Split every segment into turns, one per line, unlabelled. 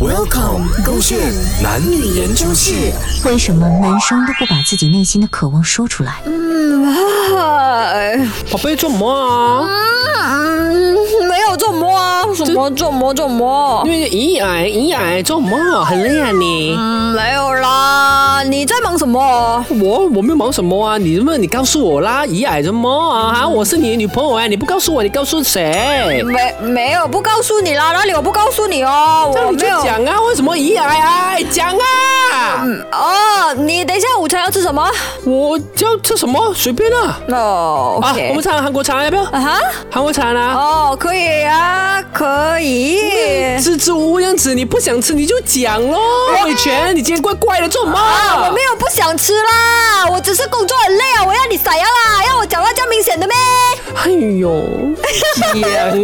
Welcome，勾线男女研究室。
为什么男生都不把自己内心的渴望说出来？
哎，
宝贝做么啊？
嗯，没有做么啊？什么做么做么
因？为咦哎咦哎做么？很累啊你。
嗯，没有啦。你在忙什么？
我我没有忙什么啊？你问你告诉我啦，咦哎什么啊？啊，我是你的女朋友哎，你不告诉我，你告诉谁？
没没有，不告诉你啦。哪里我不告诉你哦？
那
我
你就
没有。
讲啊，为什么咦哎哎讲啊？
哦，你等一下午餐要吃什么？
我要吃什么随便啊。
哦
啊，
，OK
我们。尝韩国茶要不要？
啊哈，
韩国茶啦。
哦，可以啊，可以。
支支吾吾样子，你不想吃你就讲咯。伟权，你今天怪怪的做么？
哦啊，我没有不想吃啦，我只是工作很累啊，我要你撒呀啦，要我讲到这样明显的咩？
哎 呦，讲啦，
要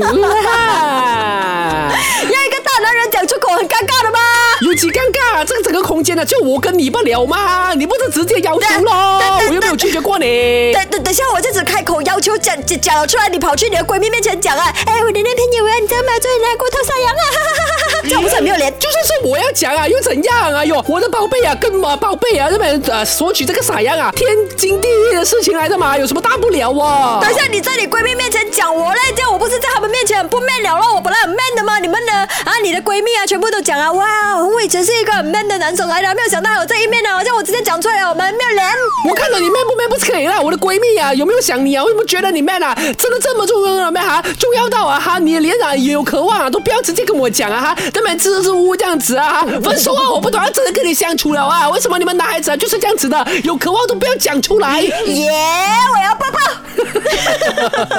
一个大男人讲出口很尴尬的吗？
有几尴尬、啊？这个整个空间呢、就我跟你不聊吗？你不是直接要求咯
但但？但
我又没有拒绝过你。
等等等一下，我就只开口要求讲讲讲了出来，你跑去你的闺蜜面前讲啊，哎，我的那朋友啊，你知道吗？最近来过头山羊啊，哈哈哈哈哈，这样不是很没有脸？
就算是我要讲啊，又怎样啊？哟，我的宝贝啊，跟嘛宝贝啊，这边呃索取这个傻样啊，天经地义的事情来的嘛，有什么大不了啊？
等一下，你在你闺蜜面前讲我嘞，这样我不是在她们面前很不 man 了咯？我本来很 man 的嘛，你们呢？啊，你的闺蜜啊，全部都讲啊，哇，我以前是一个很 man 的男生来啊的，没有想到还有这一面呢、这样我直接讲出来了，我们没有脸。
我看到你 man 不 man 不是可以啦，我的闺蜜啊，有没有想你啊？为什么觉得你 man 啊？真的这么重要的 man 啊？重要到啊哈，你连啊也有渴望啊，都不要直接跟我讲啊哈，那么支支吾吾这样子啊哈，分手啊，我不懂，要真的跟你相处了啊，为什么你们男孩子啊就是这样子的，有渴望都不要讲出来。
耶、我要抱抱。